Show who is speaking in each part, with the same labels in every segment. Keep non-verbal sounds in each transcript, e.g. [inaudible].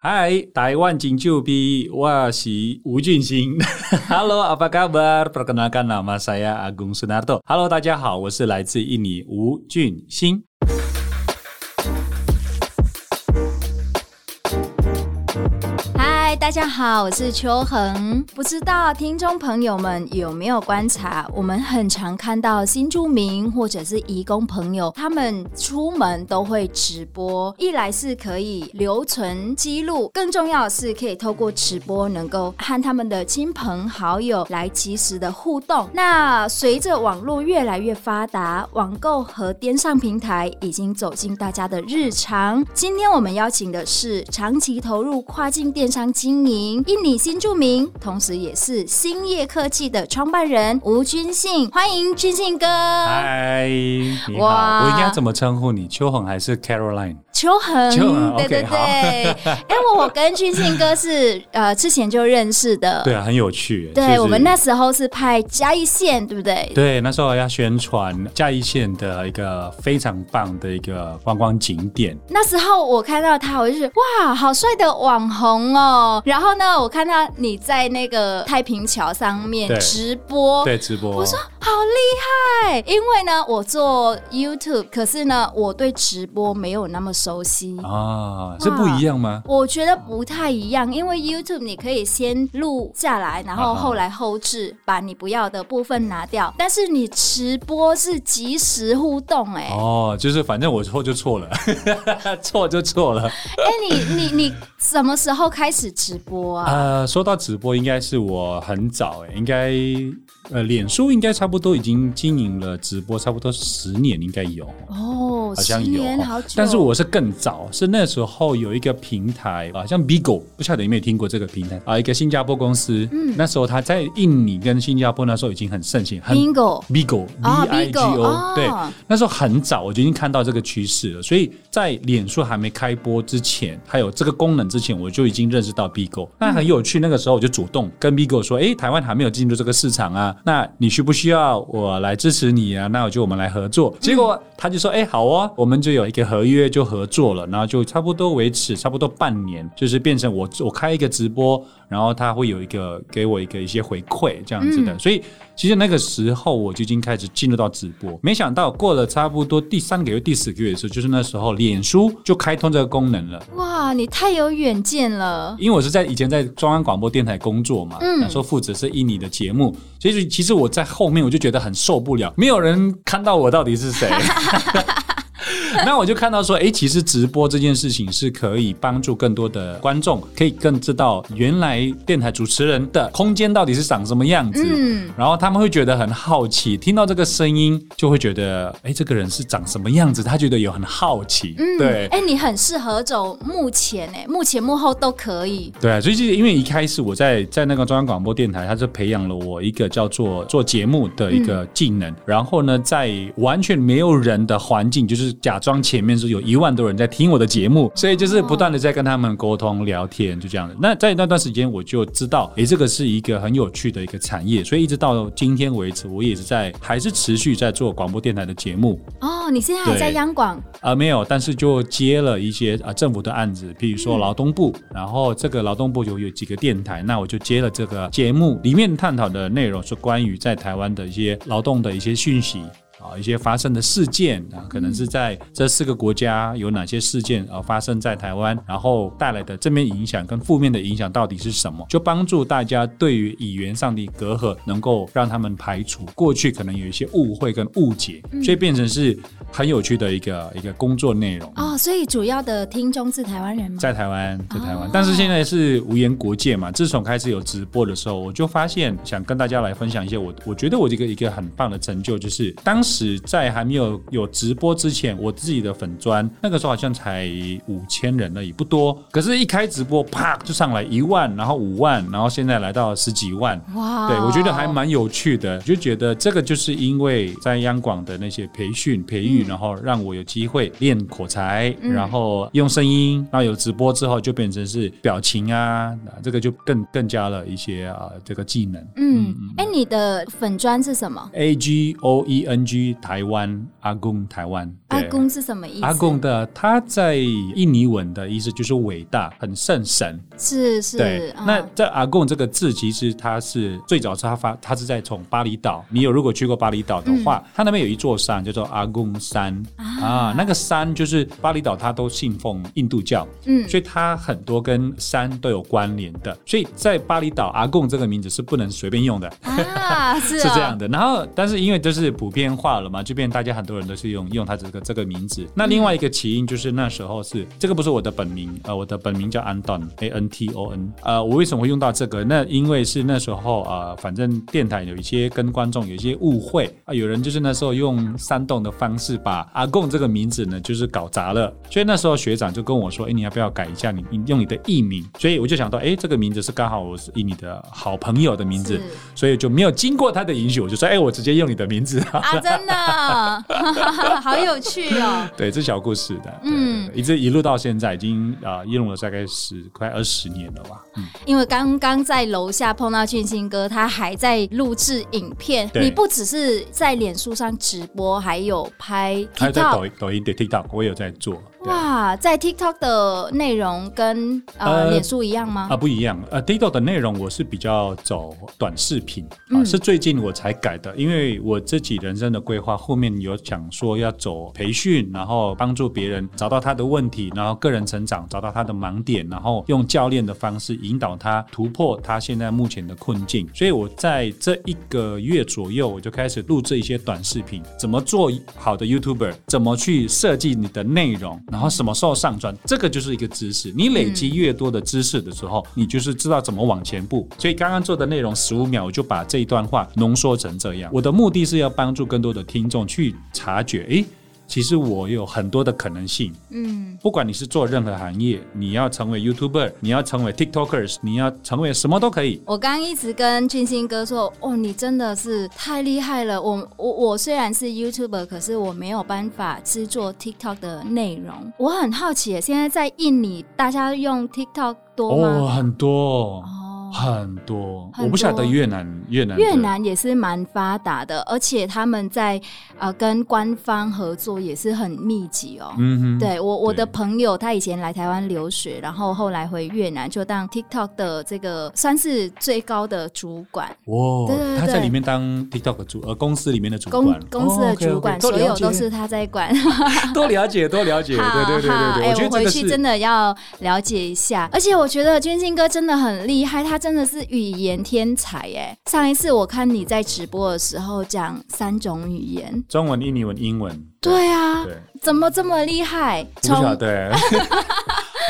Speaker 1: Hai, Taiwan Cincupi, wah si Wu [laughs] Junxing. Halo, apa kabar? Perkenalkan nama saya Agung Sunarto. Halo，大家好，我是来自印尼吴俊兴。
Speaker 2: 嗨，大家好，我是秋恒。不知道听众朋友们有没有观察，我们很常看到新住民或者是移工朋友，他们出门都会直播。一来是可以留存记录，更重要的是可以透过直播能够和他们的亲朋好友来及时的互动。那随着网络越来越发达，网购和电商平台已经走进大家的日常。今天我们邀请的是长期投入跨境电商经营、印尼新著名，同时也是兴业科技的创办人吴君信，欢迎君信哥。
Speaker 1: 嗨，你好，
Speaker 2: 哇
Speaker 1: 我应该怎么称呼你？秋恒还是 Caroline？
Speaker 2: 秋恒，
Speaker 1: 秋恒
Speaker 2: 对
Speaker 1: OK， [laughs]
Speaker 2: 对对，
Speaker 1: 好
Speaker 2: 哎、我我跟君信哥是呃之前就认识的，
Speaker 1: 对啊，很有趣耶。
Speaker 2: 呃对，
Speaker 1: 就是
Speaker 2: 我们那时候是拍嘉义县，对不对？
Speaker 1: 对，那时候要宣传嘉义县的一个非常棒的一个观光景点，
Speaker 2: 那时候我看到他，我就觉得哇，好帅的网红哦。然后呢，我看到你在那个太平桥上面
Speaker 1: 对
Speaker 2: 直播，
Speaker 1: 对，直播。
Speaker 2: 哦我说好厉害，因为呢，我做 YouTube，可是呢，我对直播没有那么熟悉。
Speaker 1: 啊，是不一样吗？
Speaker 2: 我觉得不太一样，因为 YouTube 你可以先录下来，然后
Speaker 1: 啊哈
Speaker 2: 后来后置，把你不要的部分拿掉。但是你直播是即时互动、哎、
Speaker 1: 哦，就是反正我错就错了， [laughs] 错就错了。
Speaker 2: 哎，你你你什么时候开始直播啊？
Speaker 1: 呃，说到直播，应该是我很早哎、应该呃，脸书应该差不多已经经营了直播，差不多十年应该有。
Speaker 2: 哦，
Speaker 1: 好像
Speaker 2: 十
Speaker 1: 有
Speaker 2: 年好久，
Speaker 1: 但是我是更早，是那时候有一个平台，啊，像 Bigo，不晓得有没有听过这个平台啊，一个新加坡公司，嗯，那时候它在印尼跟新加坡那时候已经很盛行，很
Speaker 2: Bingo
Speaker 1: Bigo B I G O，、
Speaker 2: 哦
Speaker 1: 对，那时候很早我就已经看到这个趋势了，所以在脸书还没开播之前，还有这个功能之前，我就已经认识到 Bigo。那很有趣，那个时候我就主动跟 Bigo 说：“诶，台湾还没有进入这个市场啊，那你需不需要我来支持你啊？那我就我们来合作。”结果他就说：“诶，好哦，我们就有一个合约就合作了，然后就差不多维持差不多半年，就是变成我我开一个直播，然后他会有一个给我一个一些回馈这样子的，所以其实那个时候我就已经开始进入到直播，没想到过了差不多第三个月、第四个月的时候，就是那时候脸书就开通这个功能了。
Speaker 2: 哇，你太有远见了。
Speaker 1: 因为我是在以前在中央广播电台工作嘛，
Speaker 2: 嗯
Speaker 1: 那时候负责是印尼的节目，所以其实我在后面我就觉得很受不了，没有人看到我到底是谁。
Speaker 2: [laughs]
Speaker 1: [laughs] 那我就看到说，诶，其实直播这件事情是可以帮助更多的观众，可以更知道原来电台主持人的空间到底是长什么样子。
Speaker 2: 嗯，
Speaker 1: 然后他们会觉得很好奇，听到这个声音就会觉得，诶，这个人是长什么样子？他觉得有很好奇，
Speaker 2: 嗯，
Speaker 1: 对，
Speaker 2: 哎、你很适合走幕前、哎，幕前幕后都可以。
Speaker 1: 对啊，所以就是因为一开始我在在那个中央广播电台，它就培养了我一个叫做做节目的一个技能。然后呢，在完全没有人的环境，就是假装前面是有一万多人在听我的节目，所以就是不断的在跟他们沟通聊天，就这样的。那在那段时间，我就知道，诶，这个是一个很有趣的一个产业。所以一直到今天为止，我也是在还是持续在做广播电台的节目。
Speaker 2: 哦，你现在还在
Speaker 1: 对
Speaker 2: 央广，
Speaker 1: 啊，没有，但是就接了一些啊政府的案子，比如说劳动部，然后这个劳动部有有几个电台，那我就接了这个节目，里面探讨的内容是关于在台湾的一些劳动的一些讯息。啊，一些发生的事件啊，可能是在这四个国家有哪些事件啊发生在台湾，然后带来的正面影响跟负面的影响到底是什么，就帮助大家对于语言上的隔阂能够让他们排除过去可能有一些误会跟误解，所以变成是很有趣的一个一个工作内容。
Speaker 2: 哦，所以主要的听众是台湾人吗？
Speaker 1: 在台湾，在台湾
Speaker 2: 哦，
Speaker 1: 但是现在是无缘国界嘛。自从开始有直播的时候，我就发现想跟大家来分享一些我我觉得我这个一个很棒的成就，就是当时在还没有有直播之前，我自己的粉砖那个时候好像才五千人而已，不多。可是，一开直播，啪就上来一万，然后五万，然后现在来到十几万。
Speaker 2: 哇
Speaker 1: 对，我觉得还蛮有趣的，就觉得这个就是因为在央广的那些培训、培
Speaker 2: 嗯
Speaker 1: 育，然后让我有机会练口才，然后用声音，然后有直播之后就变成是表情啊，啊这个就更更加了一些啊这个技能。
Speaker 2: 嗯，哎、你的粉砖是什么？
Speaker 1: A G O E N G 居台湾，阿贡台湾。
Speaker 2: 阿
Speaker 1: 对
Speaker 2: 公是什么意思？
Speaker 1: 阿贡的，他在印尼文的意思就是伟大，很圣神。
Speaker 2: 是是
Speaker 1: 对，，
Speaker 2: 嗯
Speaker 1: 那在阿贡这个字，其实它是最早是它发，它是在从巴厘岛。你有如果去过巴厘岛的话，
Speaker 2: 嗯
Speaker 1: 它那边有一座山叫做阿贡山啊那个山就是巴厘岛，它都信奉印度教，
Speaker 2: 嗯
Speaker 1: 所以它很多跟山都有关联的。所以在巴厘岛，阿贡这个名字是不能随便用的。
Speaker 2: 啊，
Speaker 1: [laughs]
Speaker 2: 是
Speaker 1: 是这样
Speaker 2: 的，
Speaker 1: 的，然后但是因为就是普遍化了嘛，就变大家很多人都是用用它这个这个名字。那另外一个起因就是那时候是这个不是我的本名，呃，我的本名叫安顿 A N T O N，呃，我为什么会用到这个？那因为是那时候呃，反正电台有一些跟观众有一些误会啊、有人就是那时候用煽动的方式把阿贡这个名字呢就是搞砸了，所以那时候学长就跟我说，哎，你要不要改一下你你用你的艺名？所以我就想到，哎，这个名字是刚好我是以你的好朋友的名字
Speaker 2: 是，
Speaker 1: 所以就没有经过他的允许，我就说，哎、我直接用你的名字啊。 [laughs]
Speaker 2: 啊，真的， [laughs] 好有趣哦。
Speaker 1: 对，这是小故事的，嗯，
Speaker 2: 嗯
Speaker 1: 对对一直一路到现在，已经啊、呃用了大概十快二十年了吧。嗯，
Speaker 2: 因为刚刚在楼下碰到俊兴哥，他还在录制影片。
Speaker 1: 对
Speaker 2: 你不只是在脸书上直播，还有拍
Speaker 1: 还有在
Speaker 2: TikTok。
Speaker 1: 抖音抖音对 TikTok，我有在做。对啊、
Speaker 2: 哇，在 TikTok 的内容跟呃
Speaker 1: 呃
Speaker 2: 脸书一样吗？
Speaker 1: 不一样。呃，TikTok 的内容我是比较走短视频啊、
Speaker 2: 嗯
Speaker 1: 是最近我才改的，因为我自己人生的规划后面有想说要走培训，然后帮助别人找到他的问题，然后个人成长，找到他的盲点，然后用教练的方式引导他突破他现在目前的困境。所以我在这一个月左右，我就开始录制一些短视频，怎么做好的 YouTuber，怎么去设计你的内容，然后什么时候上传，这个就是一个知识。你累积越多的知识的时候，你就是知道怎么往前步。所以刚刚做的内容十五秒，我就把这一段话浓缩成这样。我的目的是要帮助更多的听众去察觉，诶。其实我有很多的可能性，
Speaker 2: 嗯，
Speaker 1: 不管你是做任何行业，你要成为 YouTuber，你要成为 TikTokers，你要成为什么都可以。
Speaker 2: 我刚一直跟俊兴哥说，哦，你真的是太厉害了。我我我虽然是 YouTuber，可是我没有办法制作 TikTok 的内容。我很好奇耶，现在在印尼大家用 TikTok 多
Speaker 1: 哦，
Speaker 2: 吗？
Speaker 1: 很多。
Speaker 2: 哦
Speaker 1: 很多，
Speaker 2: 很
Speaker 1: 我不晓得
Speaker 2: 多
Speaker 1: 越南越南的
Speaker 2: 越南也是蛮发达的，而且他们在呃跟官方合作也是很密集哦。
Speaker 1: 嗯哼，
Speaker 2: 对我，我的
Speaker 1: 对
Speaker 2: 朋友他以前来台湾留学，然后后来回越南，就当 TikTok 的这个算是最高的主管，
Speaker 1: 哇
Speaker 2: 对对对
Speaker 1: 他在里面当 TikTok 的主呃公司里面的主
Speaker 2: 公
Speaker 1: 管，
Speaker 2: 公司的主管，
Speaker 1: 哦，OK，OK，多
Speaker 2: 所
Speaker 1: 了
Speaker 2: 有
Speaker 1: 解
Speaker 2: 都是他在
Speaker 1: [laughs]
Speaker 2: 管。
Speaker 1: 多了解多了解，
Speaker 2: 好
Speaker 1: 对对对
Speaker 2: 好
Speaker 1: 对对，
Speaker 2: 哎、
Speaker 1: 觉得这
Speaker 2: 我回
Speaker 1: 个
Speaker 2: 去
Speaker 1: 是
Speaker 2: 真的要了解一下。而且我觉得君信哥真的很厉害，他真的是语言天才哎。上一次我看你在直播的时候讲三种语言，
Speaker 1: 中文、印尼文、英文，
Speaker 2: 对啊，
Speaker 1: 对，
Speaker 2: 怎么这么厉害？
Speaker 1: 我不晓得。 [laughs]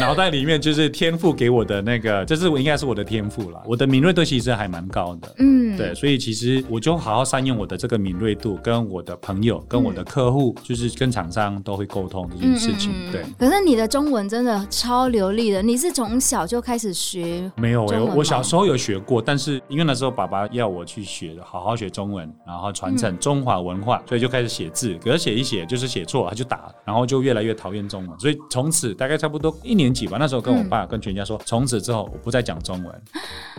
Speaker 1: 脑袋里面就是天赋给我的那个，这是我应该是我的天赋啦。我的敏锐度其实还蛮高的，
Speaker 2: 嗯，
Speaker 1: 对，所以其实我就好好善用我的这个敏锐度，跟我的朋友、跟
Speaker 2: 嗯
Speaker 1: 我的客户，就是跟厂商都会沟通这件事情。对，
Speaker 2: 嗯可是你的中文真的超流利的，你是从小就开始学，
Speaker 1: 没有、
Speaker 2: 中文
Speaker 1: 我
Speaker 2: 吗
Speaker 1: 我小时候有学过，但是因为那时候爸爸要我去学，好好学中文，然后传
Speaker 2: 嗯
Speaker 1: 承中华文化，所以就开始写字。可是写一写就是写错，他就打，然后就越来越讨厌中文。所以从此大概差不多一年级吧，那时候跟我爸、跟全家说，从此之后我不再讲中文。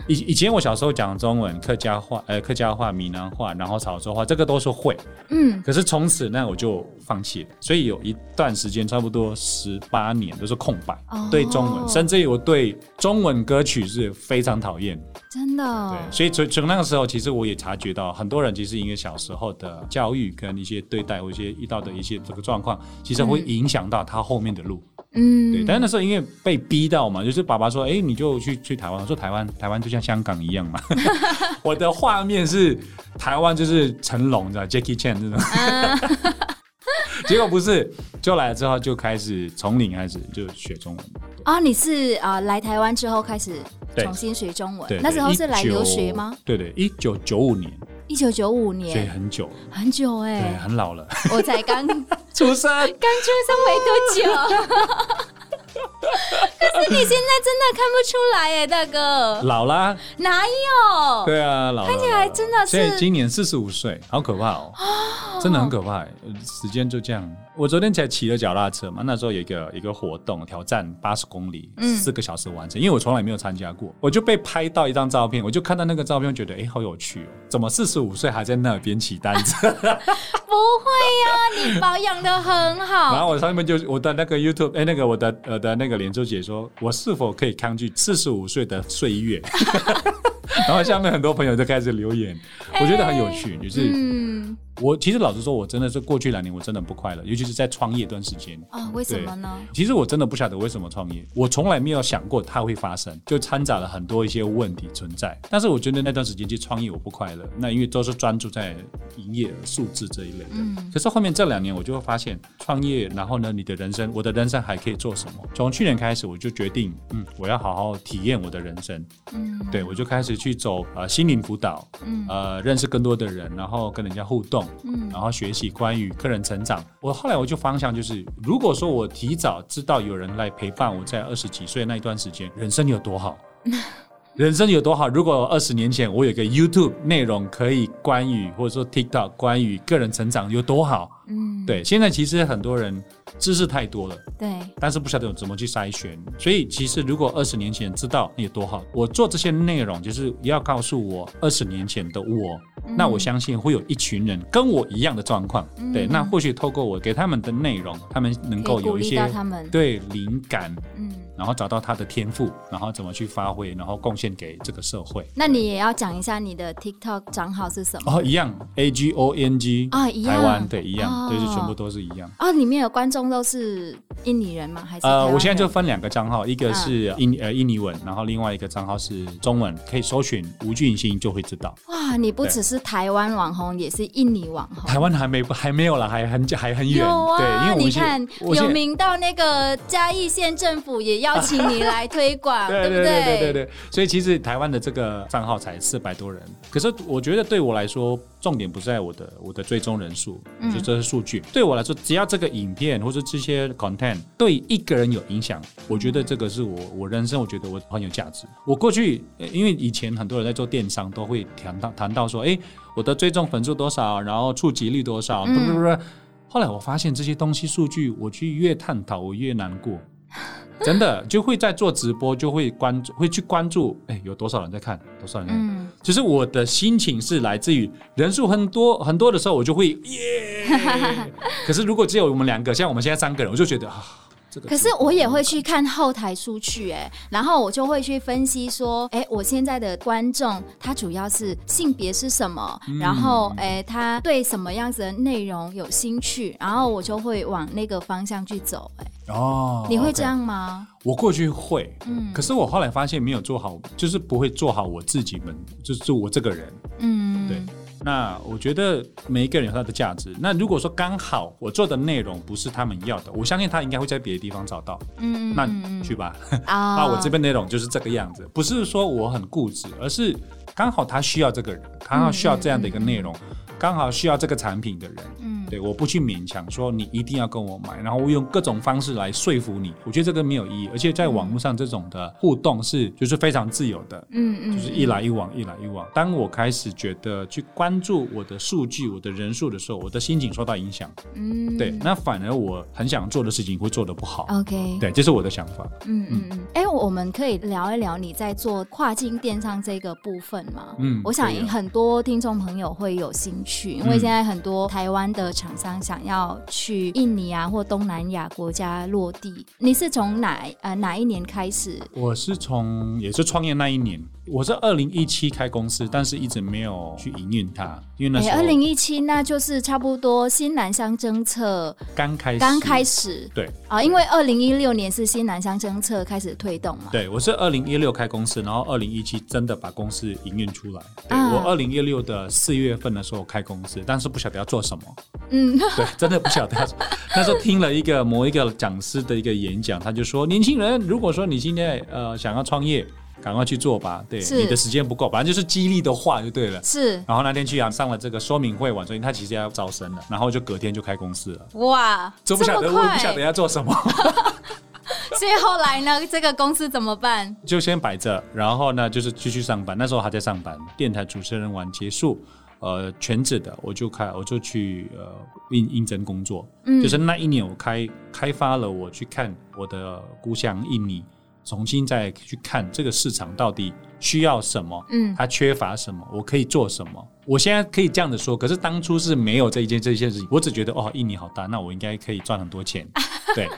Speaker 1: 以以前我小时候讲中文、客家话、呃客家话、闽南话，然后潮州话，这个都是会。
Speaker 2: 嗯，
Speaker 1: 可是从此那我就放弃了，所以有一段时间，差不多十八年都是空白，
Speaker 2: 哦
Speaker 1: 对中文，甚至于我对中文歌曲是非常讨厌。
Speaker 2: 真的
Speaker 1: 对，，所以从从那个时候，其实我也察觉到，很多人其实因为小时候的教育跟一些对待，或一些遇到的一些这个状况，其实会
Speaker 2: 嗯
Speaker 1: 影响到他后面的路。对，
Speaker 2: 嗯，
Speaker 1: 但是那时候因为被逼到嘛，就是爸爸说：“哎、你就去去台湾。”我说：“台湾，台湾就像香港一样嘛。” [laughs] 我的画面是台湾就是成龙，你知道 Jackie Chan 这种。
Speaker 2: 啊
Speaker 1: [laughs] 结果不是，就来了之后就开始从零开始就学中文。
Speaker 2: 啊、你是啊、呃来台湾之后开始
Speaker 1: 对
Speaker 2: 重新学中文，
Speaker 1: 对，
Speaker 2: 那时候
Speaker 1: 对
Speaker 2: 是来留学吗？？
Speaker 1: 19对对，一九九五年，
Speaker 2: 一九九五
Speaker 1: 所以
Speaker 2: 年，
Speaker 1: 很久了，
Speaker 2: 很久哎、
Speaker 1: 对，啊
Speaker 2: [laughs]
Speaker 1: 很老了， [laughs]
Speaker 2: 我才刚刚
Speaker 1: 出
Speaker 2: 出
Speaker 1: 生。 [laughs]
Speaker 2: 生没多久。可是你现在真的看不出来耶，大哥，
Speaker 1: 老啦，
Speaker 2: 哪有？
Speaker 1: 对啊，老了
Speaker 2: 看起来真的
Speaker 1: 所以
Speaker 2: 是
Speaker 1: 今年四十五岁，好可怕哦，真的很可怕欸。呃时间就这样，我昨天才骑了脚踏车嘛，那时候有一个一个活动挑战八十公里，
Speaker 2: 嗯
Speaker 1: 四个小时完成，因为我从来没有参加过，我就被拍到一张照片，我就看到那个照片，觉得哎、诶好有趣哦，怎么四十五岁还在那边骑单
Speaker 2: [laughs]
Speaker 1: 车？
Speaker 2: 不会呀、啊你保养的很
Speaker 1: 然 [laughs]
Speaker 2: 好。
Speaker 1: 后我上面就我的那个 YouTube，哎、那个我的呃的那个脸书解说，我是否可以抗拒四十五岁的岁月？ [laughs] 然后下面很多朋友就开始留言，我觉得很有趣，就是。
Speaker 2: 嗯，
Speaker 1: 我其实老实说，我真的是过去两年我真的不快乐，尤其是在创业一段时间。
Speaker 2: 哦，为什么呢？
Speaker 1: 其实我真的不晓得为什么创业，我从来没有想过它会发生，就掺杂了很多一些问题存在。但是我觉得那段时间去创业我不快乐，那因为都是专注在营业额数字这一类的。
Speaker 2: 嗯
Speaker 1: 可是后面这两年我就会发现，创业，然后呢，你的人生，我的人生还可以做什么？从去年开始我就决定，嗯，我要好好体验我的人生。
Speaker 2: 嗯，
Speaker 1: 对，我就开始去走呃心灵辅导，
Speaker 2: 嗯
Speaker 1: 呃认识更多的人，然后跟人家互动，
Speaker 2: 嗯
Speaker 1: 然后学习关于个人成长。我后来我就方向就是，如果说我提早知道有人来陪伴我在二十几岁那一段时间，人生有多
Speaker 2: [laughs]
Speaker 1: 好。人生有多好？如果二十年前我有个 YouTube 内容可以关于，或者说 TikTok 关于个人成长有多好？
Speaker 2: 嗯，
Speaker 1: 对，现在其实很多人知识太多了，
Speaker 2: 对，
Speaker 1: 但是不晓得怎么去筛选。所以其实如果二十年前知道有多好，我做这些内容就是要告诉我二十年前的我，那我相信会有一群人跟我一样的状况。
Speaker 2: 嗯
Speaker 1: 对，那或许透过我给他们的内容，他们能够
Speaker 2: 可以鼓
Speaker 1: 有一
Speaker 2: 励
Speaker 1: 些
Speaker 2: 到他们。
Speaker 1: 对灵感，
Speaker 2: 嗯，
Speaker 1: 然后找到他的天赋，然后怎么去发挥，然后贡献给这个社会。
Speaker 2: 那你也要讲一下你的 TikTok 账号是什么？
Speaker 1: 哦，一样，A G O N G，
Speaker 2: 啊一样
Speaker 1: 台湾对，一样，
Speaker 2: 哦
Speaker 1: 对，就全部都是一样。
Speaker 2: 哦，里面有观众都是印尼人吗？还是台
Speaker 1: 呃，
Speaker 2: 湾
Speaker 1: 我现在就
Speaker 2: 人嗯
Speaker 1: 分两个账号，一个是印、呃印尼文，然后另外一个账号是中文，可以搜寻吴俊兴就会知道。
Speaker 2: 哇，你不
Speaker 1: 对
Speaker 2: 只是台湾网红，也是印尼网红。
Speaker 1: 台湾还没还没有啦，还很还很远，
Speaker 2: 哦有
Speaker 1: 对，因
Speaker 2: 啊，
Speaker 1: 为我
Speaker 2: 你
Speaker 1: 们现
Speaker 2: 看
Speaker 1: 我
Speaker 2: 有
Speaker 1: 现
Speaker 2: 名到那个嘉义县政府也邀请你来推
Speaker 1: [laughs]
Speaker 2: 广，
Speaker 1: 对
Speaker 2: 不
Speaker 1: 对对对对对，所以其实台湾的这个账号才四百多人，可是我觉得对我来说，重点不在我的我的追踪人数，
Speaker 2: 嗯
Speaker 1: 就这是数据。对我来说，只要这个影片或者这些 content 对一个人有影响，我觉得这个是我我人生我觉得我很有价值。我过去呃因为以前很多人在做电商都会谈到谈到说，哎，我的追踪粉数多少，然后触及率多少，不不不。后来我发现这些东西数据，我去越探讨，我越难过。 [laughs] 真的就会在做直播，就会关注，会去关注，哎，有多少人在看，多少人在看。
Speaker 2: 嗯，
Speaker 1: 就是我的心情是来自于人数很多很多的时候，我就会耶。
Speaker 2: [laughs]
Speaker 1: 可是如果只有我们两个，像我们现在三个人，我就觉得啊，这个。
Speaker 2: 可是我也会去看后台数据、哎，然后我就会去分析说，哎、我现在的观众他主要是性别是什么，
Speaker 1: 嗯
Speaker 2: 然后哎、他对什么样子的内容有兴趣，然后我就会往那个方向去走、哎，
Speaker 1: 哦，
Speaker 2: 你会
Speaker 1: OK
Speaker 2: 这样吗？
Speaker 1: 我过去会，
Speaker 2: 嗯
Speaker 1: 可是我后来发现没有做好，就是不会做好我自己们，就是我这个人。
Speaker 2: 嗯，
Speaker 1: 对，那我觉得每一个人有他的价值。那如果说刚好我做的内容不是他们要的，我相信他应该会在别的地方找到。
Speaker 2: 嗯，
Speaker 1: 那去吧，
Speaker 2: 啊
Speaker 1: 那我这边内容就是这个样子，不是说我很固执，而是刚好他需要这个人，刚好需要这样的一个内容，刚好需要这个产品的人。
Speaker 2: 嗯
Speaker 1: 对，我不去勉强说你一定要跟我买，然后我用各种方式来说服你，我觉得这个没有意义。而且在网络上这种的互动是就是非常自由的，
Speaker 2: 嗯嗯，
Speaker 1: 就是一来一往，一来一往。当我开始觉得去关注我的数据、我的人数的时候，我的心情受到影响。
Speaker 2: 嗯哦
Speaker 1: 对，那反而我很想做的事情会做得不好。
Speaker 2: OK，
Speaker 1: 对，这是我的想法。
Speaker 2: 嗯嗯嗯，哎、我们可以聊一聊你在做跨境电商这个部分吗？
Speaker 1: 嗯
Speaker 2: 我想
Speaker 1: 可以啊
Speaker 2: 很多听众朋友会有兴趣，因为
Speaker 1: 嗯
Speaker 2: 现在很多台湾的厂商想要去印尼啊或东南亚国家落地。你是从哪呃哪一年开始？
Speaker 1: 我是从也是创业那一年，我是二零一七开公司，但是一直没有去营运它，因为那时
Speaker 2: 哎、
Speaker 1: 候
Speaker 2: 二零一七，那就是差不多新南向政策
Speaker 1: 刚开始
Speaker 2: 刚开始
Speaker 1: 哎对
Speaker 2: 啊、因为二零一六年是新南向政策开始推动嘛。
Speaker 1: 对，我是二零一六开公司，然后二零一七真的把公司营运出来。对、
Speaker 2: 啊
Speaker 1: 我二零一六的四月份的时候开公司，但是不晓得要做什么，
Speaker 2: 嗯， [laughs]
Speaker 1: 对，真的不晓得要做。那时候听了一个某一个讲师的一个演讲，他就说，年轻人，如果说你现在呃想要创业，赶快去做吧，对，
Speaker 2: 是
Speaker 1: 你的时间不够，反正就是激励的话就对了。
Speaker 2: 是
Speaker 1: 然后那天去啊上了这个说明会完，所以他其实要招生了，然后就隔天就开公司了，
Speaker 2: 哇，
Speaker 1: 这不晓得
Speaker 2: 么
Speaker 1: 我也
Speaker 2: 快
Speaker 1: 不晓得要做什么。
Speaker 2: 所以后来呢，这个公司怎么办？
Speaker 1: 就先摆着，然后呢，就是继续上班。那时候还在上班，电台主持人完结束，呃，全职的，我就开，我就去呃应应征工作。
Speaker 2: 嗯
Speaker 1: 就是那一年，我开开发了，我去看我的故乡印尼，重新再去看这个市场到底需要什么，
Speaker 2: 嗯
Speaker 1: 它缺乏什么，我可以做什么。我现在可以这样子说，可是当初是没有这一件这一件事情，我只觉得哦，印尼好大，那我应该可以赚很多
Speaker 2: [laughs]
Speaker 1: 钱，对。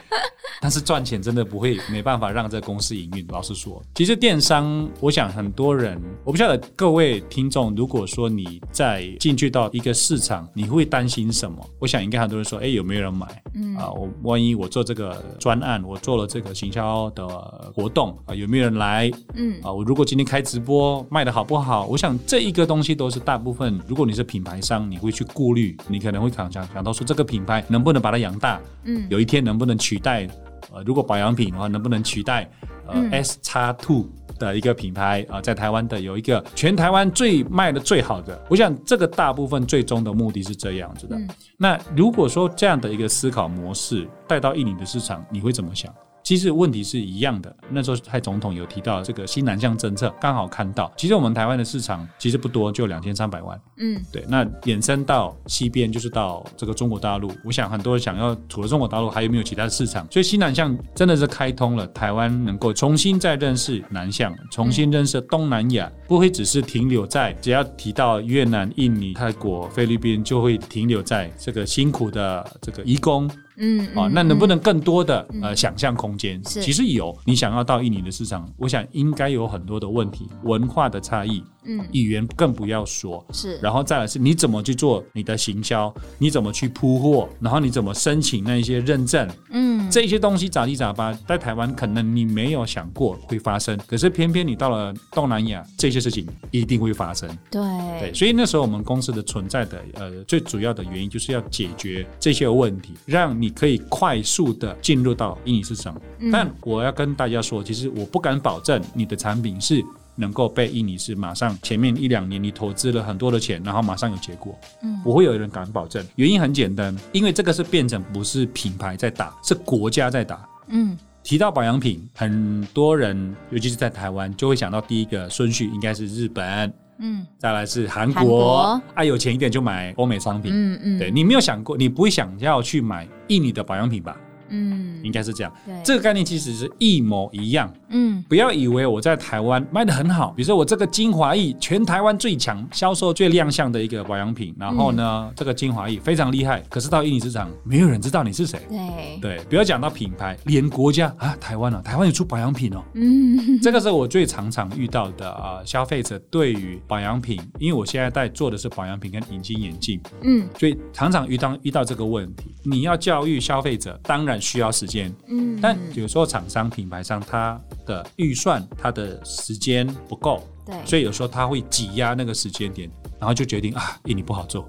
Speaker 1: 但是赚钱真的不会没办法让这公司营运。老实说，其实电商，我想很多人，我不晓得各位听众，如果说你在进去到一个市场，你会担心什么？我想应该很多人说，哎，有没有人买？
Speaker 2: 嗯
Speaker 1: 啊，我万一我做这个专案，我做了这个行销的活动啊，有没有人来？
Speaker 2: 嗯
Speaker 1: 啊，我如果今天开直播卖的好不好，我想这一个东西都是大部分，如果你是品牌商，你会去顾虑，你可能会想想想到说这个品牌能不能把它养大，
Speaker 2: 嗯
Speaker 1: 有一天能不能取代，呃，如果保养品的话，能不能取代呃、
Speaker 2: 嗯
Speaker 1: S x Two 的一个品牌啊、呃在台湾的有一个全台湾最卖的最好的，我想这个大部分最终的目的是这样子的。
Speaker 2: 嗯
Speaker 1: 那如果说这样的一个思考模式带到印尼的市场，你会怎么想？其实问题是一样的。那时候蔡总统有提到这个新南向政策，刚好看到，其实我们台湾的市场其实不多，就两千三百万。
Speaker 2: 嗯
Speaker 1: 对，那衍生到西边就是到这个中国大陆，我想很多人想要除了中国大陆，还有没有其他的市场？所以西南向真的是开通了台湾能够重新再认识南向，重
Speaker 2: 嗯
Speaker 1: 新认识东南亚，不会只是停留在只要提到越南、印尼、泰国、菲律宾就会停留在这个辛苦的这个移工
Speaker 2: 嗯
Speaker 1: 啊，
Speaker 2: 嗯
Speaker 1: 那能不
Speaker 2: 嗯
Speaker 1: 能更多的、
Speaker 2: 嗯
Speaker 1: 呃想象空间？
Speaker 2: 是
Speaker 1: 其实有，你想要到印尼的市场，我想应该有很多的问题，文化的差异，
Speaker 2: 嗯
Speaker 1: 语言更不要说。
Speaker 2: 是
Speaker 1: 然后再来是你怎么去做你的行销，你怎么去铺货，然后你怎么申请那一些认证，
Speaker 2: 嗯
Speaker 1: 这些东西杂七杂八，在台湾可能你没有想过会发生，可是偏偏你到了东南亚，这些事情一定会发生。对，
Speaker 2: 对
Speaker 1: 所以那时候我们公司的存在的呃最主要的原因就是要解决这些问题，让你可以快速的进入到印尼市场。
Speaker 2: 嗯
Speaker 1: 但我要跟大家说，其实我不敢保证你的产品是。能够被印尼是马上前面一两年你投资了很多的钱，然后马上有结果，
Speaker 2: 嗯
Speaker 1: 不会有人敢保证。原因很简单，因为这个是变成不是品牌在打，是国家在打。
Speaker 2: 嗯
Speaker 1: 提到保养品，很多人尤其是在台湾就会想到第一个顺序应该是日本，
Speaker 2: 嗯
Speaker 1: 再来是韩
Speaker 2: 韩
Speaker 1: 国
Speaker 2: 国，
Speaker 1: 啊，有钱一点就买欧美商品。
Speaker 2: 嗯嗯
Speaker 1: 对你没有想过，你不会想要去买印尼的保养品吧？应
Speaker 2: 嗯
Speaker 1: 该是这样。
Speaker 2: 对
Speaker 1: 这个概念其实是一模一样。
Speaker 2: 嗯
Speaker 1: 不要以为我在台湾卖的很好，比如说我这个精华液，全台湾最强、销售最亮相的一个保养品，然后
Speaker 2: 嗯
Speaker 1: 呢，这个精华液非常厉害，可是到印尼市场，没有人知道你是谁。
Speaker 2: 对
Speaker 1: 对，不要讲到品牌，连国家啊，台湾啊，台湾有出保养品哦，
Speaker 2: 嗯
Speaker 1: 这个是我最常常遇到的啊、呃消费者对于保养品，因为我现在在做的是保养品跟隐形眼镜，
Speaker 2: 嗯
Speaker 1: 所以常常遇到遇到这个问题。你要教育消费者，当然需要时间，
Speaker 2: 嗯
Speaker 1: 但有时候厂商、品牌商他的预算、他的时间不够，
Speaker 2: 对
Speaker 1: 所以有时候他会挤压那个时间点，然后就决定啊，印尼不好
Speaker 2: [laughs]
Speaker 1: 做，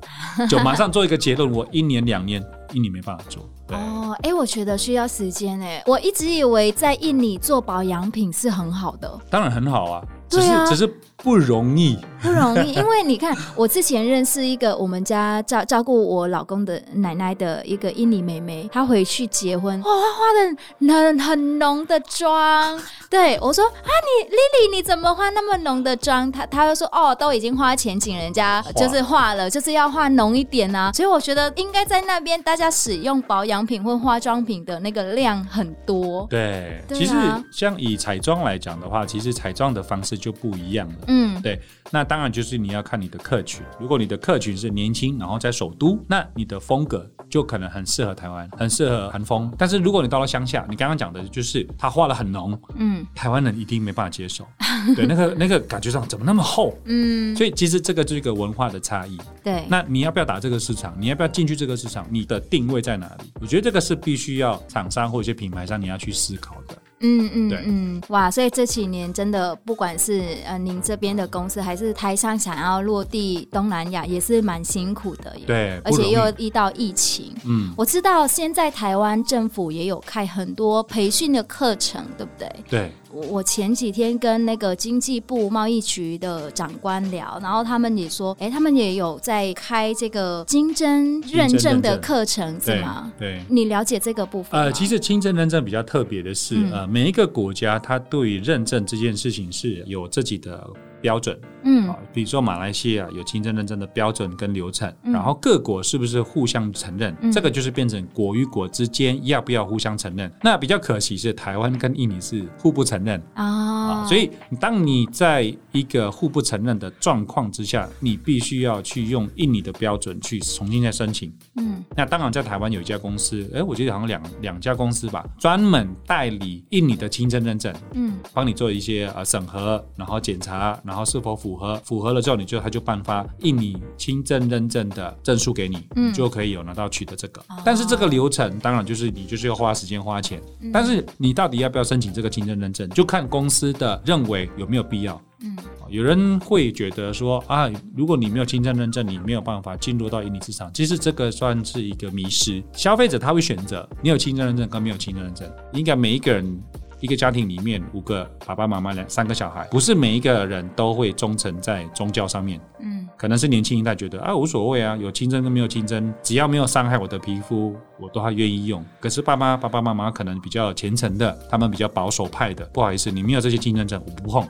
Speaker 1: 就马上做一个结论，我一年两年印尼没办法做。对，
Speaker 2: 哦，哎、我觉得需要时间哎、我一直以为在印尼做保养品是很好的，
Speaker 1: 当然很好啊，只
Speaker 2: 对
Speaker 1: 是、
Speaker 2: 啊
Speaker 1: 只是不容易。
Speaker 2: 不容易，因 [laughs] 为你看，我之前认识一个我们家照照顾我老公的奶奶的一个印尼妹妹，她回去结婚，哇、她化的很很浓的妆，对我说啊，你 Lily 你怎么化那么浓的妆？她她就说哦，都已经花钱请人家
Speaker 1: 化
Speaker 2: 就是化了，就是要化浓一点 [laughs] 啊。所以我觉得应该在那边大家使用保养品或化妆品的那个量很多，
Speaker 1: 对，
Speaker 2: 对啊
Speaker 1: 其实像以彩妆来讲的话，其实彩妆的方式就不一样了。
Speaker 2: 嗯
Speaker 1: 对，那当然就是你要看你的客群。如果你的客群是年轻，然后在首都，那你的风格就可能很适合台湾，很适合韩风。但是如果你到了乡下，你刚刚讲的就是它画的很浓，
Speaker 2: 嗯
Speaker 1: 台湾人一定没办法接受。对，那个那个感觉上怎么那么厚？
Speaker 2: 嗯，
Speaker 1: 所以其实这个就是一个文化的差异。
Speaker 2: 对，
Speaker 1: 那你要不要打这个市场？你要不要进去这个市场？你的定位在哪里？我觉得这个是必须要厂商或者一些品牌商你要去思考的。
Speaker 2: 嗯
Speaker 1: 对
Speaker 2: 嗯嗯，哇！所以这几年真的，不管是呃您这边的公司，还是台上想要落地东南亚，也是蛮辛苦的耶。，
Speaker 1: 对，
Speaker 2: 而
Speaker 1: 不容
Speaker 2: 且
Speaker 1: 易
Speaker 2: 又遇到疫情。
Speaker 1: 嗯，
Speaker 2: 我知道现在台湾政府也有开很多培训的课程，对不对？
Speaker 1: 对，
Speaker 2: 我我前几天跟那个经济部贸易局的长官聊，然后他们也说，哎、他们也有在开这个金针认证的课程，是
Speaker 1: 对
Speaker 2: 吗？
Speaker 1: 对。
Speaker 2: 你了解这个部分吗？
Speaker 1: 呃，其实清真认证比较特别的是，
Speaker 2: 嗯
Speaker 1: 呃，每一个国家它对于认证这件事情是有自己的标准
Speaker 2: 嗯
Speaker 1: 啊，比如说马来西亚有清真认证的标准跟流程，
Speaker 2: 嗯
Speaker 1: 然后各国是不是互相承认，
Speaker 2: 嗯
Speaker 1: 这个就是变成国与国之间要不要互相承认。那比较可惜是台湾跟印尼是互不承认。啊，
Speaker 2: 啊，
Speaker 1: 所以当你在一个互不承认的状况之下，你必须要去用印尼的标准去重新再申请。
Speaker 2: 嗯
Speaker 1: 那当然，在台湾有一家公司，哎，我记得好像两两家公司吧，专门代理印尼的清真认证，
Speaker 2: 嗯
Speaker 1: 帮你做一些呃审核，然后检查，然后是否符合，符合了之后，你就他就颁发印尼清真认证的证书给你，
Speaker 2: 嗯
Speaker 1: 你就可以有拿到取得这个
Speaker 2: 哦。
Speaker 1: 但是这个流程当然就是你就是要花时间花钱，
Speaker 2: 嗯
Speaker 1: 但是你到底要不要申请这个清真认证，就看公司的认为有没有必要。
Speaker 2: 嗯
Speaker 1: 啊有人会觉得说啊，如果你没有清真认证，你没有办法进入到印尼市场。其实这个算是一个迷失，消费者他会选择你有清真认证跟没有清真认证。应该每一个人一个家庭里面五个爸爸妈妈两三个小孩，不是每一个人都会忠诚在宗教上面。
Speaker 2: 嗯
Speaker 1: 可能是年轻一代觉得啊无所谓啊，有清真跟没有清真，只要没有伤害我的皮肤，我都还愿意用。可是爸妈爸爸妈妈可能比较虔诚的，他们比较保守派的，不好意思，你没有这些清真证，我不碰。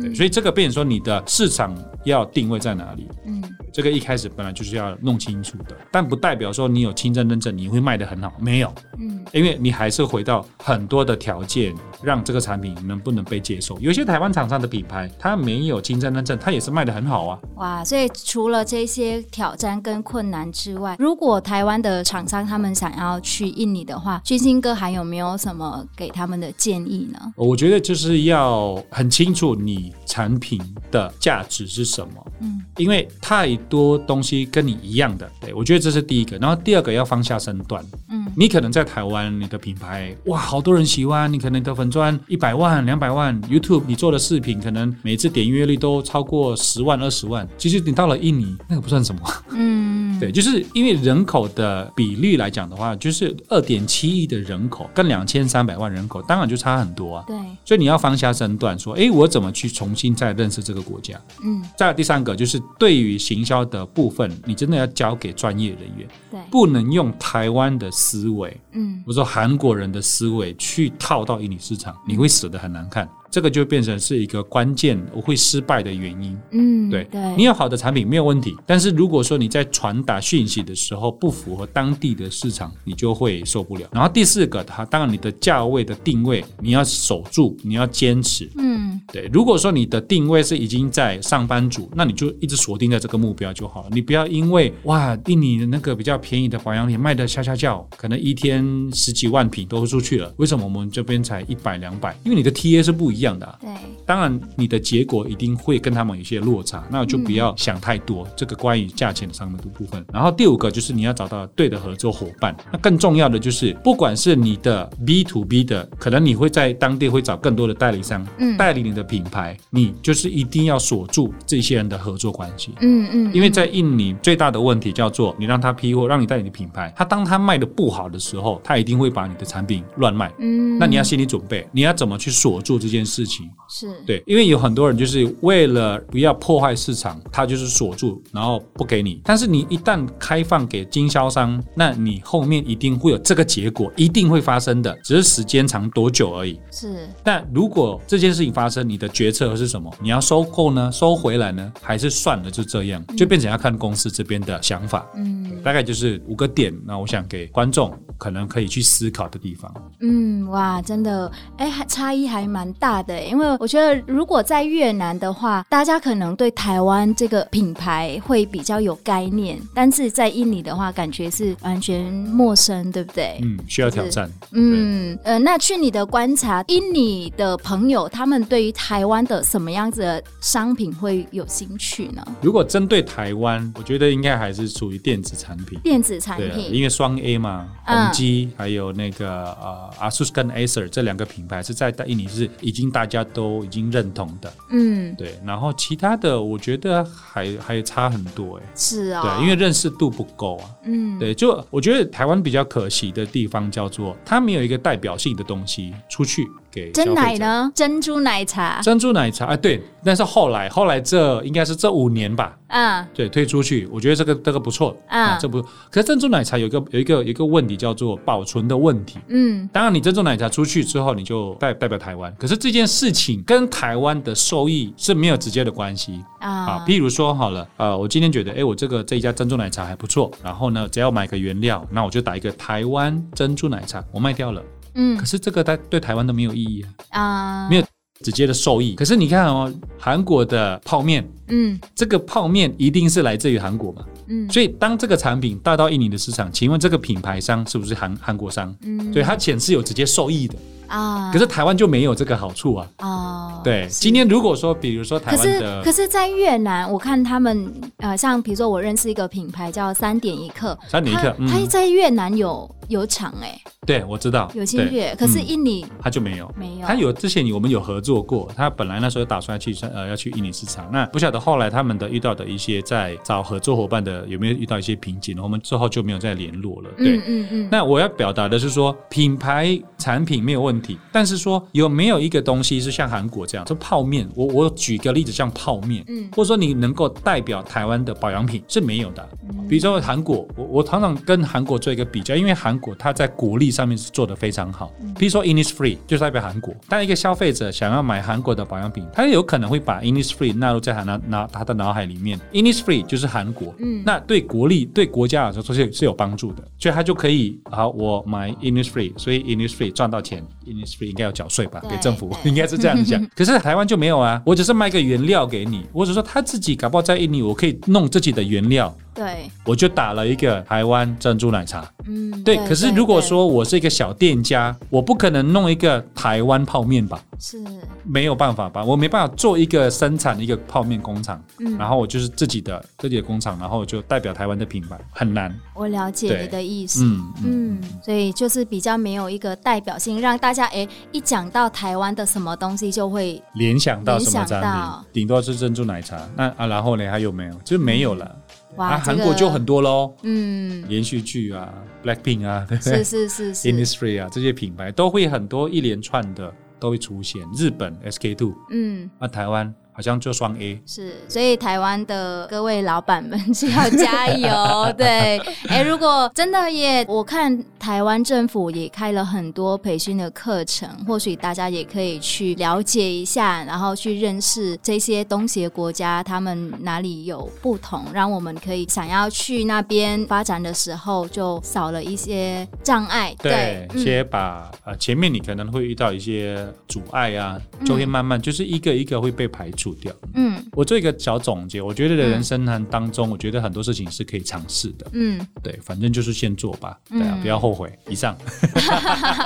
Speaker 1: 对，
Speaker 2: 嗯
Speaker 1: 所以这个变成说你的市场要定位在哪里，
Speaker 2: 嗯
Speaker 1: 这个一开始本来就是要弄清楚的，但不代表说你有清真认证你会卖得很好，没有，
Speaker 2: 嗯
Speaker 1: 因为你还是回到很多的条件，让这个产品能不能被接受。有些台湾厂商的品牌，它没有清真认证，它也是卖得很好啊。
Speaker 2: 哇，所以除了这些挑战跟困难之外，如果台湾的厂商他们想要去印尼的话，俊兴哥还有没有什么给他们的建议呢？
Speaker 1: 我觉得就是要很清楚你产品的价值是什么，
Speaker 2: 嗯
Speaker 1: 因为太多东西跟你一样的，对我觉得这是第一个。然后第二个要放下身段，
Speaker 2: 嗯
Speaker 1: 你可能在台湾，你的品牌哇，好多人喜欢，你可能你的粉钻一百万、两百万，YouTube 你做的视频可能每次点阅率都超过十万、二十万。其实你到了印尼，那个不算什么。
Speaker 2: 嗯，
Speaker 1: 对，就是因为人口的比率来讲的话，就是二点七亿的人口跟两千三百万人口，当然就差很多啊。
Speaker 2: 对，
Speaker 1: 所以你要放下身段，说，诶，我怎么去重新再认识这个国家？
Speaker 2: 嗯
Speaker 1: 再来第三个就是对于行销的部分，你真的要交给专业人员，
Speaker 2: 对，
Speaker 1: 不能用台湾的思维。
Speaker 2: 嗯
Speaker 1: 我说韩国人的思维去套到印尼市场，你会死得很难看。这个就变成是一个关键我会失败的原因。
Speaker 2: 嗯，
Speaker 1: 对
Speaker 2: 对，
Speaker 1: 你有好的产品没有问题，但是如果说你在传达讯息的时候不符合当地的市场，你就会受不了。然后第四个，它当然你的价位的定位你要守住，你要坚持。
Speaker 2: 嗯
Speaker 1: 对，如果说你的定位是已经在上班族，那你就一直锁定在这个目标就好了。你不要因为哇，印尼的那个比较便宜的保养品卖的下下叫，可能一天十几万瓶都出去了，为什么我们这边才一百两百？因为你的 TA 是不一样的啊、
Speaker 2: 对，
Speaker 1: 当然，你的结果一定会跟他们有一些落差，
Speaker 2: 嗯
Speaker 1: 那就不要想太多。这个关于价钱上面的部分。然后第五个就是你要找到对的合作伙伴。那更重要的就是，不管是你的 B to B 的，可能你会在当地会找更多的代理商，
Speaker 2: 嗯
Speaker 1: 代理你的品牌，你就是一定要锁住这些人的合作关系。
Speaker 2: 嗯嗯，
Speaker 1: 因为在印尼最大的问题叫做你让他批货，让你代理你的品牌，他当他卖的不好的时候，他一定会把你的产品乱卖。
Speaker 2: 嗯，
Speaker 1: 那你要心理准备，你要怎么去锁住这件事情？
Speaker 2: 是，
Speaker 1: 对，因为有很多人就是为了不要破坏市场，他就是锁住，然后不给你。但是你一旦开放给经销商，那你后面一定会有这个结果，一定会发生的，只是时间长多久而已。
Speaker 2: 是，
Speaker 1: 那如果这件事情发生，你的决策是什么？你要收购呢？收回来呢？还是算了就这样？就变成要看公司这边的想法。
Speaker 2: 嗯
Speaker 1: 大概就是五个点，那我想给观众可能可以去思考的地方。
Speaker 2: 嗯，哇，真的，哎，还差异还蛮大的。欸因为我觉得如果在越南的话，大家可能对台湾这个品牌会比较有概念，但是在印尼的话，感觉是完全陌生，对不对？
Speaker 1: 嗯，需要挑战。
Speaker 2: 哎嗯，呃，那据你的观察，印尼的朋友他们对于台湾的什么样子的商品会有兴趣呢？
Speaker 1: 如果针对台湾，我觉得应该还是属于电子产品。
Speaker 2: 电子产
Speaker 1: 对啊，
Speaker 2: 品，
Speaker 1: 因为双 A 嘛，
Speaker 2: 嗯
Speaker 1: 宏基、还有那个呃 ASUS 跟 Acer 这两个品牌是在印尼是已经大家都已经认同的，
Speaker 2: 嗯，
Speaker 1: 对。然后其他的我觉得还还差很多哎、
Speaker 2: 是哦，
Speaker 1: 对，因为认识度不够啊。
Speaker 2: 嗯，
Speaker 1: 对，就我觉得台湾比较可惜的地方叫做它没有一个代表性的东西出去给消
Speaker 2: 真
Speaker 1: 费
Speaker 2: 奶
Speaker 1: 者。
Speaker 2: 呢？珍珠奶茶，
Speaker 1: 珍珠奶茶啊，对，但是后来后来这应该是这五年吧，
Speaker 2: 嗯
Speaker 1: 对，推出去，我觉得这个这个不错
Speaker 2: 啊
Speaker 1: 啊，这不错。可是珍珠奶茶有一个有一个有一个问题叫做保存的问题。
Speaker 2: 嗯
Speaker 1: 当然，你珍珠奶茶出去之后，你就代代表台湾。可是这件事情跟台湾的收益是没有直接的关系啊
Speaker 2: 啊。
Speaker 1: 譬如说好了，呃，我今天觉得，哎，我这个这一家珍珠奶茶还不错，然后呢，只要买个原料，那我就打一个台湾珍珠奶茶，我卖掉了。
Speaker 2: 嗯
Speaker 1: 可是这个它对台湾都没有意义、啊，
Speaker 2: 啊，
Speaker 1: 没有直接的受益。可是你看哦，韩国的泡面，
Speaker 2: 嗯
Speaker 1: 这个泡面一定是来自于韩国嘛？
Speaker 2: 嗯
Speaker 1: 所以当这个产品带到印尼的市场，请问这个品牌商是不是韩韩国商？
Speaker 2: 嗯，
Speaker 1: 对，它显是有直接受益的，
Speaker 2: 啊，
Speaker 1: 可是台湾就没有这个好处啊。
Speaker 2: 哦，
Speaker 1: 对，
Speaker 2: 是
Speaker 1: 今天如果说，比如说台
Speaker 2: 可
Speaker 1: 湾
Speaker 2: 是，可
Speaker 1: 的
Speaker 2: 是，在越南，我看他们呃，像比如说，我认识一个品牌叫三点一刻，
Speaker 1: 三点一刻
Speaker 2: 它它
Speaker 1: 嗯
Speaker 2: 在越南有有厂哎、
Speaker 1: 对，我知道
Speaker 2: 有新
Speaker 1: 对
Speaker 2: 月，可是
Speaker 1: 嗯
Speaker 2: 印尼
Speaker 1: 它就没有。
Speaker 2: 没有。
Speaker 1: 它有之前我们有合作过，它本来那时候打算去呃要去印尼市场，那不晓得后来他们的遇到的一些在找合作伙伴的有没有遇到一些瓶颈，我们之后就没有再联络了。对，
Speaker 2: 嗯嗯嗯，
Speaker 1: 那我要表达的是说，品牌产品没有问题，但是说有没有一个东西是像韩国这样，就泡面？我我举个例子，像泡面，
Speaker 2: 嗯
Speaker 1: 或者说你能够代表台湾的保养品是没有的。
Speaker 2: 嗯
Speaker 1: 比如说韩国，我我常常跟韩国做一个比较，因为韩国它在国力上面是做得非常好。比如说 Innisfree 就是代表韩国，但一个消费者想要买韩国的保养品，他有可能会把 Innisfree 纳入在他脑脑他的脑海里面。Innisfree 就是韩国，
Speaker 2: 嗯
Speaker 1: 那对国力对国家来说是是有帮助的，所以他就可以好，我买 Innisfree，所以 Innisfree 赚到钱，Innisfree 应该要缴税吧，
Speaker 2: 对
Speaker 1: 给政府
Speaker 2: 对
Speaker 1: 应该是这样
Speaker 2: [laughs]
Speaker 1: 讲。可是台湾就没有啊，我只是卖个原料给你，我只说他自己搞不好在印尼，我可以弄自己的原料，
Speaker 2: 对，
Speaker 1: 我就打了一个台湾珍珠奶茶。
Speaker 2: 嗯
Speaker 1: 对，可是如果说我是一个小店家，我不可能弄一个台湾泡面吧。
Speaker 2: 对是
Speaker 1: 没有办法吧，我没办法做一个生产一个泡面工厂，
Speaker 2: 嗯
Speaker 1: 然后我就是自己的自己的工厂，然后就代表台湾的品牌，很难。
Speaker 2: 我了解
Speaker 1: 对
Speaker 2: 你的意思。
Speaker 1: 嗯嗯，
Speaker 2: 嗯，所以就是比较没有一个代表性，让大家诶一讲到台湾的什么东西就会
Speaker 1: 联想到什么
Speaker 2: 联
Speaker 1: 产
Speaker 2: 想到
Speaker 1: 品？顶多是珍珠奶茶。那啊，然后呢，还有没有？就没有了。
Speaker 2: 嗯哇，
Speaker 1: 啊，
Speaker 2: 这
Speaker 1: 韩
Speaker 2: 个
Speaker 1: 国就很多喽，
Speaker 2: 嗯，
Speaker 1: 连续剧啊，Blackpink 啊，对不对
Speaker 2: 是是
Speaker 1: [laughs]
Speaker 2: 是是，
Speaker 1: ？Innisfree 啊，这些品牌都会很多一连串的都会出现。日本 SK two，
Speaker 2: 嗯。
Speaker 1: 那台湾好像就双 A。
Speaker 2: 是，所以台湾的各位老板们是要加油。对，哎、如果真的也，我看台湾政府也开了很多培训的课程，或许大家也可以去了解一下，然后去认识这些东协国家他们哪里有不同，让我们可以想要去那边发展的时候就少了一些障碍。
Speaker 1: 对，
Speaker 2: 嗯
Speaker 1: 先把呃前面你可能会遇到一些阻碍啊，就会慢慢就是一个一个会被排除掉。
Speaker 2: 嗯
Speaker 1: 我做一个小总结，我觉得
Speaker 2: 嗯
Speaker 1: 人生当中，我觉得很多事情是可以尝试的。
Speaker 2: 嗯，
Speaker 1: 对，反正就是先做吧，对啊，
Speaker 2: 嗯
Speaker 1: 不要后悔。以上，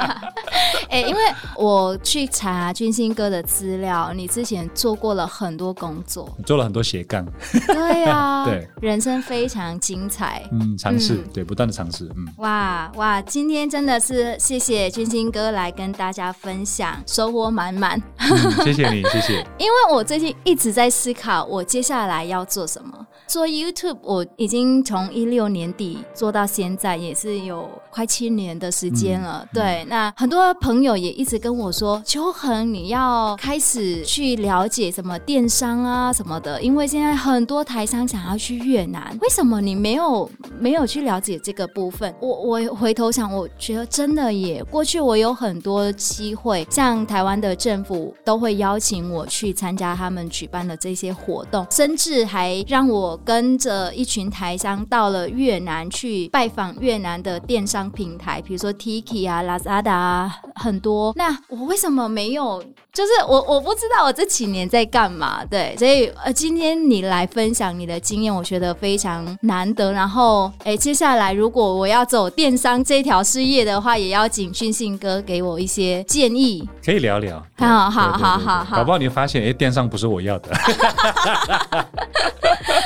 Speaker 2: [laughs] 哎、因为我去查军星哥的资料，你之前做过了很多工作。
Speaker 1: 你做了很多斜杠，
Speaker 2: 对呀、
Speaker 1: 对，
Speaker 2: 人生非常精彩。
Speaker 1: 嗯，尝试，
Speaker 2: 嗯
Speaker 1: 对，不断的尝试，嗯，
Speaker 2: 哇哇！今天真的是谢谢军星哥来跟大家分享，收获满满。
Speaker 1: 嗯谢谢你，谢谢。
Speaker 2: 因为我最近一直在思考，我接下来要做什么。做 YouTube，我已经从一六年底做到现在，也是有快七年的时间了。对，那很多朋友也一直跟我说，秋恒，你要开始去了解什么电商啊什么的，因为现在很多台商想要去越南，为什么你没有没有去了解这个部分？我我回头想，我觉得真的也，过去我有很多机会，像台湾的政府都会邀请我去参加他们举办的这些活动，甚至还让我跟着一群台商到了越南去拜访越南的电商平台，比如说 Tiki 啊、Lazada 啊，很多。那我为什么没有？就是我我不知道我这几年在干嘛，对，所以呃，今天你来分享你的经验，我觉得非常难得。然后，哎，接下来如果我要走电商这条事业的话，也要请俊信哥给我一些建议。
Speaker 1: 可以聊聊，
Speaker 2: [laughs] 好
Speaker 1: 对
Speaker 2: 好
Speaker 1: 对对
Speaker 2: 好
Speaker 1: 对
Speaker 2: 好
Speaker 1: 对
Speaker 2: 好哎
Speaker 1: 搞不好你发现，哎，电商不是我要的，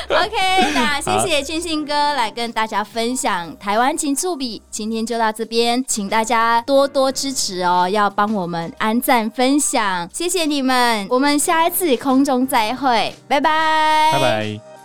Speaker 2: OK，那
Speaker 1: [laughs]
Speaker 2: 谢谢俊信哥来跟大家分享台湾情醋比，今天就到这边，请大家多多支持哦，要帮我们按赞分享，谢谢你们，我们下一次空中再会，拜拜，
Speaker 1: 拜拜。